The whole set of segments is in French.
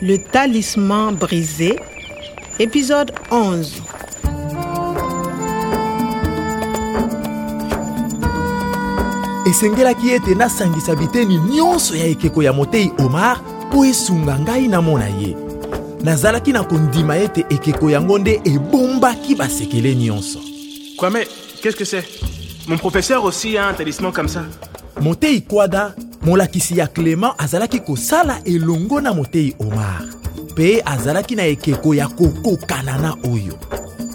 Le talisman brisé, épisode 11. esengelaki ete nasangisa biteni nyonso ya ekeko ya motei omar mpo esunga ngai na mona ye nazalaki na kondima ete ekeko yango nde ebombaki basekele nyonso Kwame, qu'est-ce que c'est Mon professeur aussi a un talisman comme ça. motei kwada molakisi ya clément azalaki kosala elongo na motei omar mpe azalaki na ekeko ya kokokana na oyo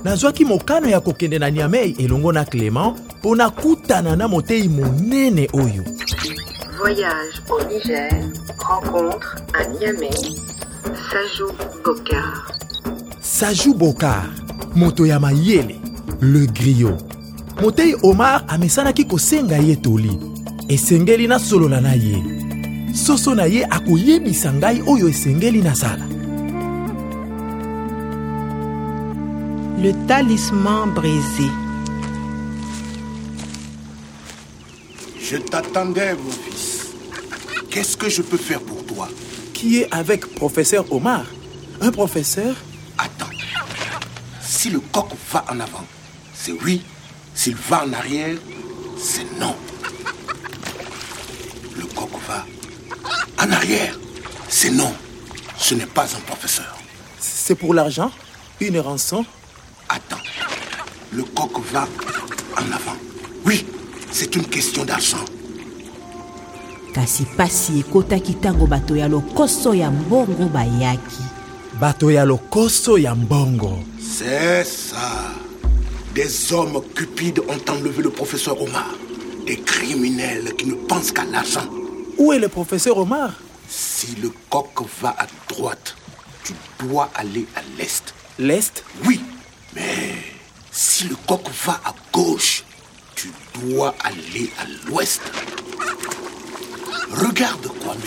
nazwaki mokano ya kokende na niamei elongo na clément mpo nakutana na motei monene oyo Voyage au Niger, rencontre à Niamey, Sajou Bokar. Sajou Bokar, moto ya mayele, le griot. Motei Omar amesanaki kosenga ye toli. Esengeli nasolola na ye. Soso na ye akoyebisa ngai oyo esengeli nasala. Le talisman brisé. Je t'attendais, mon fils. Qu'est-ce que je peux faire pour toi Qui est avec professeur Omar Un professeur Attends. Si le coq va en avant, c'est oui. S'il va en arrière, c'est non. Le coq va en arrière, c'est non. Ce n'est pas un professeur. C'est pour l'argent Une rançon Attends. Le coq va en avant. Oui, c'est une question d'argent. kasi pasi ekotaki ntango bato ya lokoso ya mbongo bayaki Bato ya lokoso ya mbongo. C'est ça. Des hommes cupides ont enlevé le professeur Omar. Des criminels qui ne pensent qu'à l'argent. Où est le professeur Omar Si le coq va à droite, tu dois aller à l'est. L'Est Oui, mais si le coq va à gauche, tu dois aller à l'ouest. Regarde, Kwame.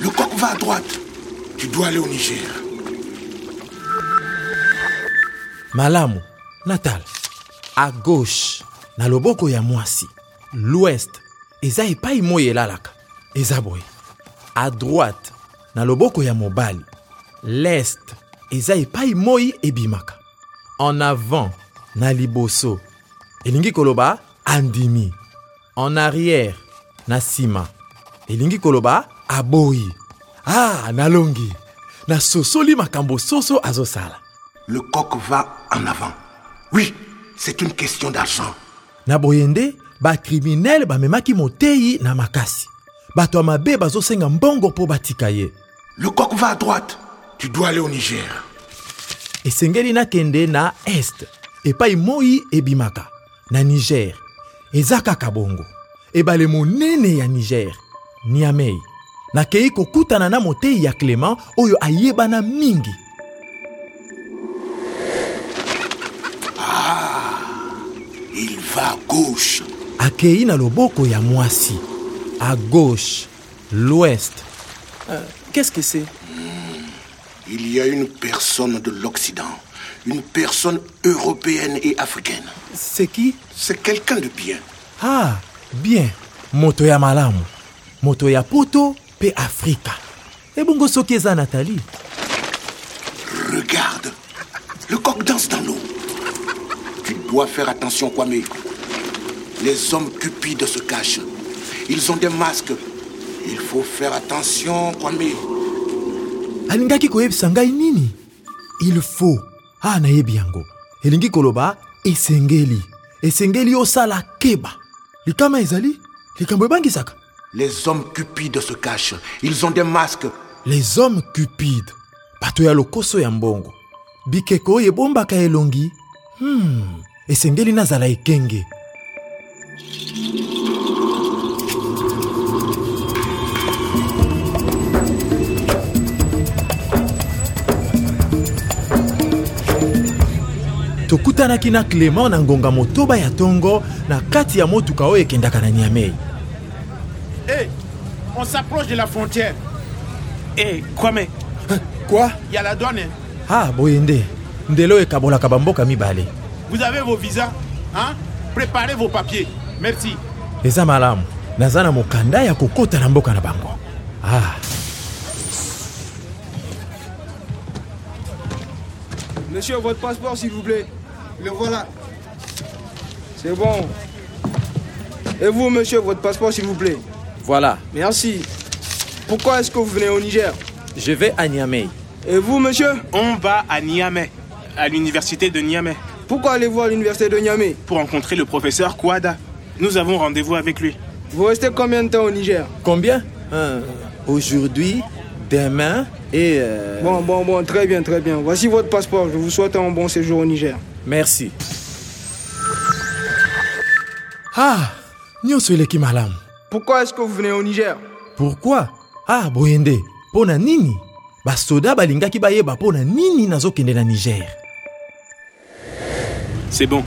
Le coq va à droite. Tu dois aller au Niger. malamu natal a gauche na loboko ya mwasi l'ouest eza epai moi elalaka eza boye a droite na loboko ya mobali l'est eza epai moi ebimaka en avant na liboso elingi koloba andimi en arrière na nsima elingi koloba aboyi ah nalongi nasosoli makambo soso azosala Le coq va en avant. Oui, c'est une question d'argent. na boye nde bakriminele bamemaki motei na makasi bato ya mabe bazosenga mbongo mpo batika ye Le coq va à droite. Tu dois aller au Niger. esengeli nakende na este epai moi ebimaka na niger eza kaka bongo ebale monene ya niger niamei nakei kokutana na motei ya clément oyo ayebana mingi Il va à gauche. akei na loboko ya mwasi a gauche l'ouest qu'est-ce que c'est Il y a une personne de l'Occident, une personne européenne et africaine. c'est qui C'est quelqu'un de bien. ah bien moto ya malamu moto ya poto mpe afrika ebongo soki eza natali Regarde, le coq danse dans l'eau. Tu dois faire attention, Kwame. Les hommes cupides se cachent. Ils ont des masques. Il faut faire attention, Kwame. alingaki koyebisa ngai nini il faut ah nayebi yango elingi koloba esengeli esengeli osala keba likama ezali likambo ebangisaka Les hommes cupides se cachent. Ils ont des masques. les hommes cupides bato ya lokoso ya mbongo bikeko oyo ebombaka elongi hmm. esengeli nazala ekenge tokutanaki na clément na ngonga motoba ya ntongo na kati ya motuka oyo ekendaka na niamei On s'approche de la frontière. Hé, Kwame, kwa Eh, Il y a la douane. hein. ah boye nde ndelo oyo ekabolaka bamboka mibale Vous avez vos visas. Hein? Préparez vos papiers. Merci. eza malamu naza na mokanda ya kokota na mboka na bango ah Monsieur, votre passeport, s'il vous plaît. Le voilà. C'est bon. Et vous, monsieur, votre passeport, s'il vous plaît. Voilà, Merci. Pourquoi est-ce que vous venez au Niger je vais à Niamey. Et vous, monsieur On va à Niamey, à l'université de Niamey, Pourquoi allez-vous à l'université de Niamey pour rencontrer le professeur Kouada. Nous avons rendez-vous avec lui. Vous restez combien de temps au Niger Combien Euh, Aujourd'hui, demain et... euh, Bon, bon, bon, très bien, très bien. Voici votre passeport. Je vous souhaite un bon séjour au Niger. Merci. Ah, nyonso eleki malamu. Pourquoi est-ce que vous venez au Niger pourquoi ah boyende mpo na nini basoda balingaki bayeba mpo na nini nazokende na niger C'est bon.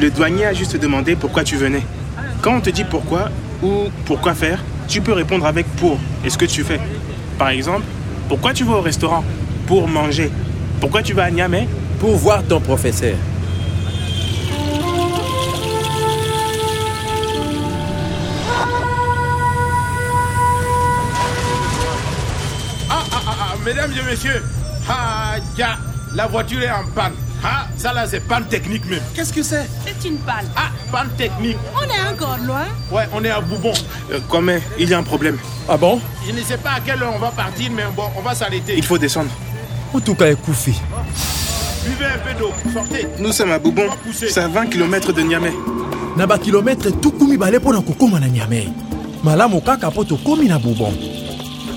Le douanier a juste demandé pourquoi tu venais. Quand on te dit pourquoi ou pourquoi faire, tu peux répondre avec pour et ce que tu fais. Par exemple, pourquoi tu vas au restaurant Pour manger. Pourquoi tu vas à Niamey pour voir ton professeur Ah, ah, ah, ah, mesdames et messieurs, ah, ya, la voiture est en panne. Ah, ça là, c'est panne technique même. Qu'est-ce que c'est C'est une balle. Ah, panne technique. On est encore loin. Ouais, on est à Boubon. Euh, Quand même, il y a un problème. ah bon Je ne sais pas à quelle heure on va partir, mais bon, on va s'arrêter. Il faut descendre. motuka ekufi Buvez un peu d'eau, sortez. Nous sommes à Boubon. C'est à 20 km de Niamey. na bakilometre tuku mibale mpo na kokóma na nyamei malamu kaka mpo tokómi na bobon